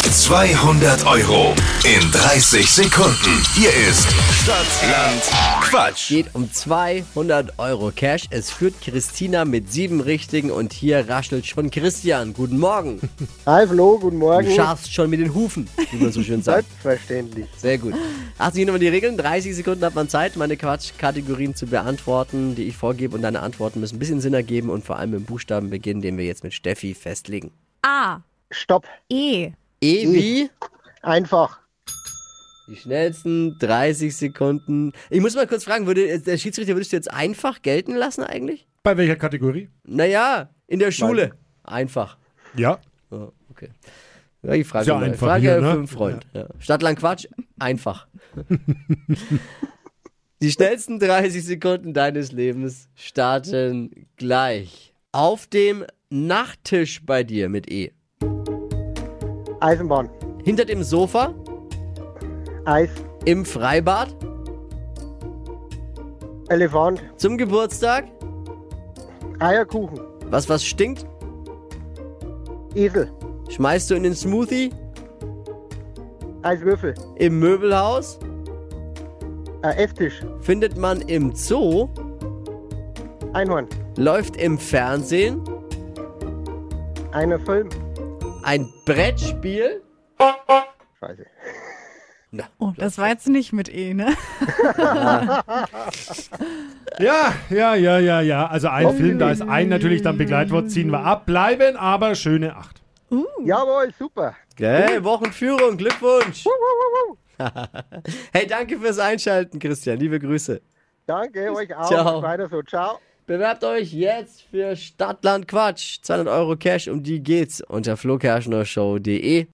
200 Euro in 30 Sekunden. Hier ist Stadtland Quatsch. geht um 200 Euro Cash. Es führt Christina mit sieben Richtigen und hier raschelt schon Christian. Guten Morgen. Hi Flo, guten Du Morgen. scharfst schon mit den Hufen, wie man so schön sagt. Selbstverständlich. Sehr gut. Achtung hier nochmal die Regeln. 30 Sekunden hat man Zeit, meine Quatschkategorien zu beantworten, die ich vorgebe. Und deine Antworten müssen ein bisschen Sinn ergeben und vor allem im Buchstaben beginnen, den wir jetzt mit Steffi festlegen. A. Stopp. E. E wie? Einfach. Die schnellsten 30 Sekunden. Ich muss mal kurz fragen, würde, äh, der Schiedsrichter würdest du jetzt einfach gelten lassen eigentlich? Bei welcher Kategorie? Naja, in der Schule. Einfach. Ja. Oh, okay. Ja, ich frage, Ist ja mal. einfach frage hier, für ne? einen Freund. Ja. Stadtland Quatsch, einfach. Die schnellsten 30 Sekunden deines Lebens starten gleich. Auf dem Nachttisch bei dir mit E. Eisenbahn. Hinter dem Sofa, Eis. im Freibad, Elefant. zum Geburtstag. Eierkuchen. Was was stinkt, Esel. schmeißt du in den Smoothie, Eiswürfel. im Möbelhaus, Äh, Esstisch. findet man im Zoo, Einhorn. läuft im Fernsehen, Einer Film. ein Brettspiel. Scheiße. Na, Oh, das war jetzt nicht mit E, ne? Ja, ja, ja, ja, ja. Also ein Film, da ist ein natürlich dann Begleitwort, ziehen wir ab, bleiben aber schöne acht. Jawohl, super. Hey, Wochenführung, Glückwunsch. hey, danke fürs Einschalten, Christian. Liebe Grüße. Danke euch auch. Ciao. Weiter so. Ciao. Bewerbt euch jetzt für Stadtland Quatsch. 200 Euro Cash, um die geht's unter flokerschnershow.de.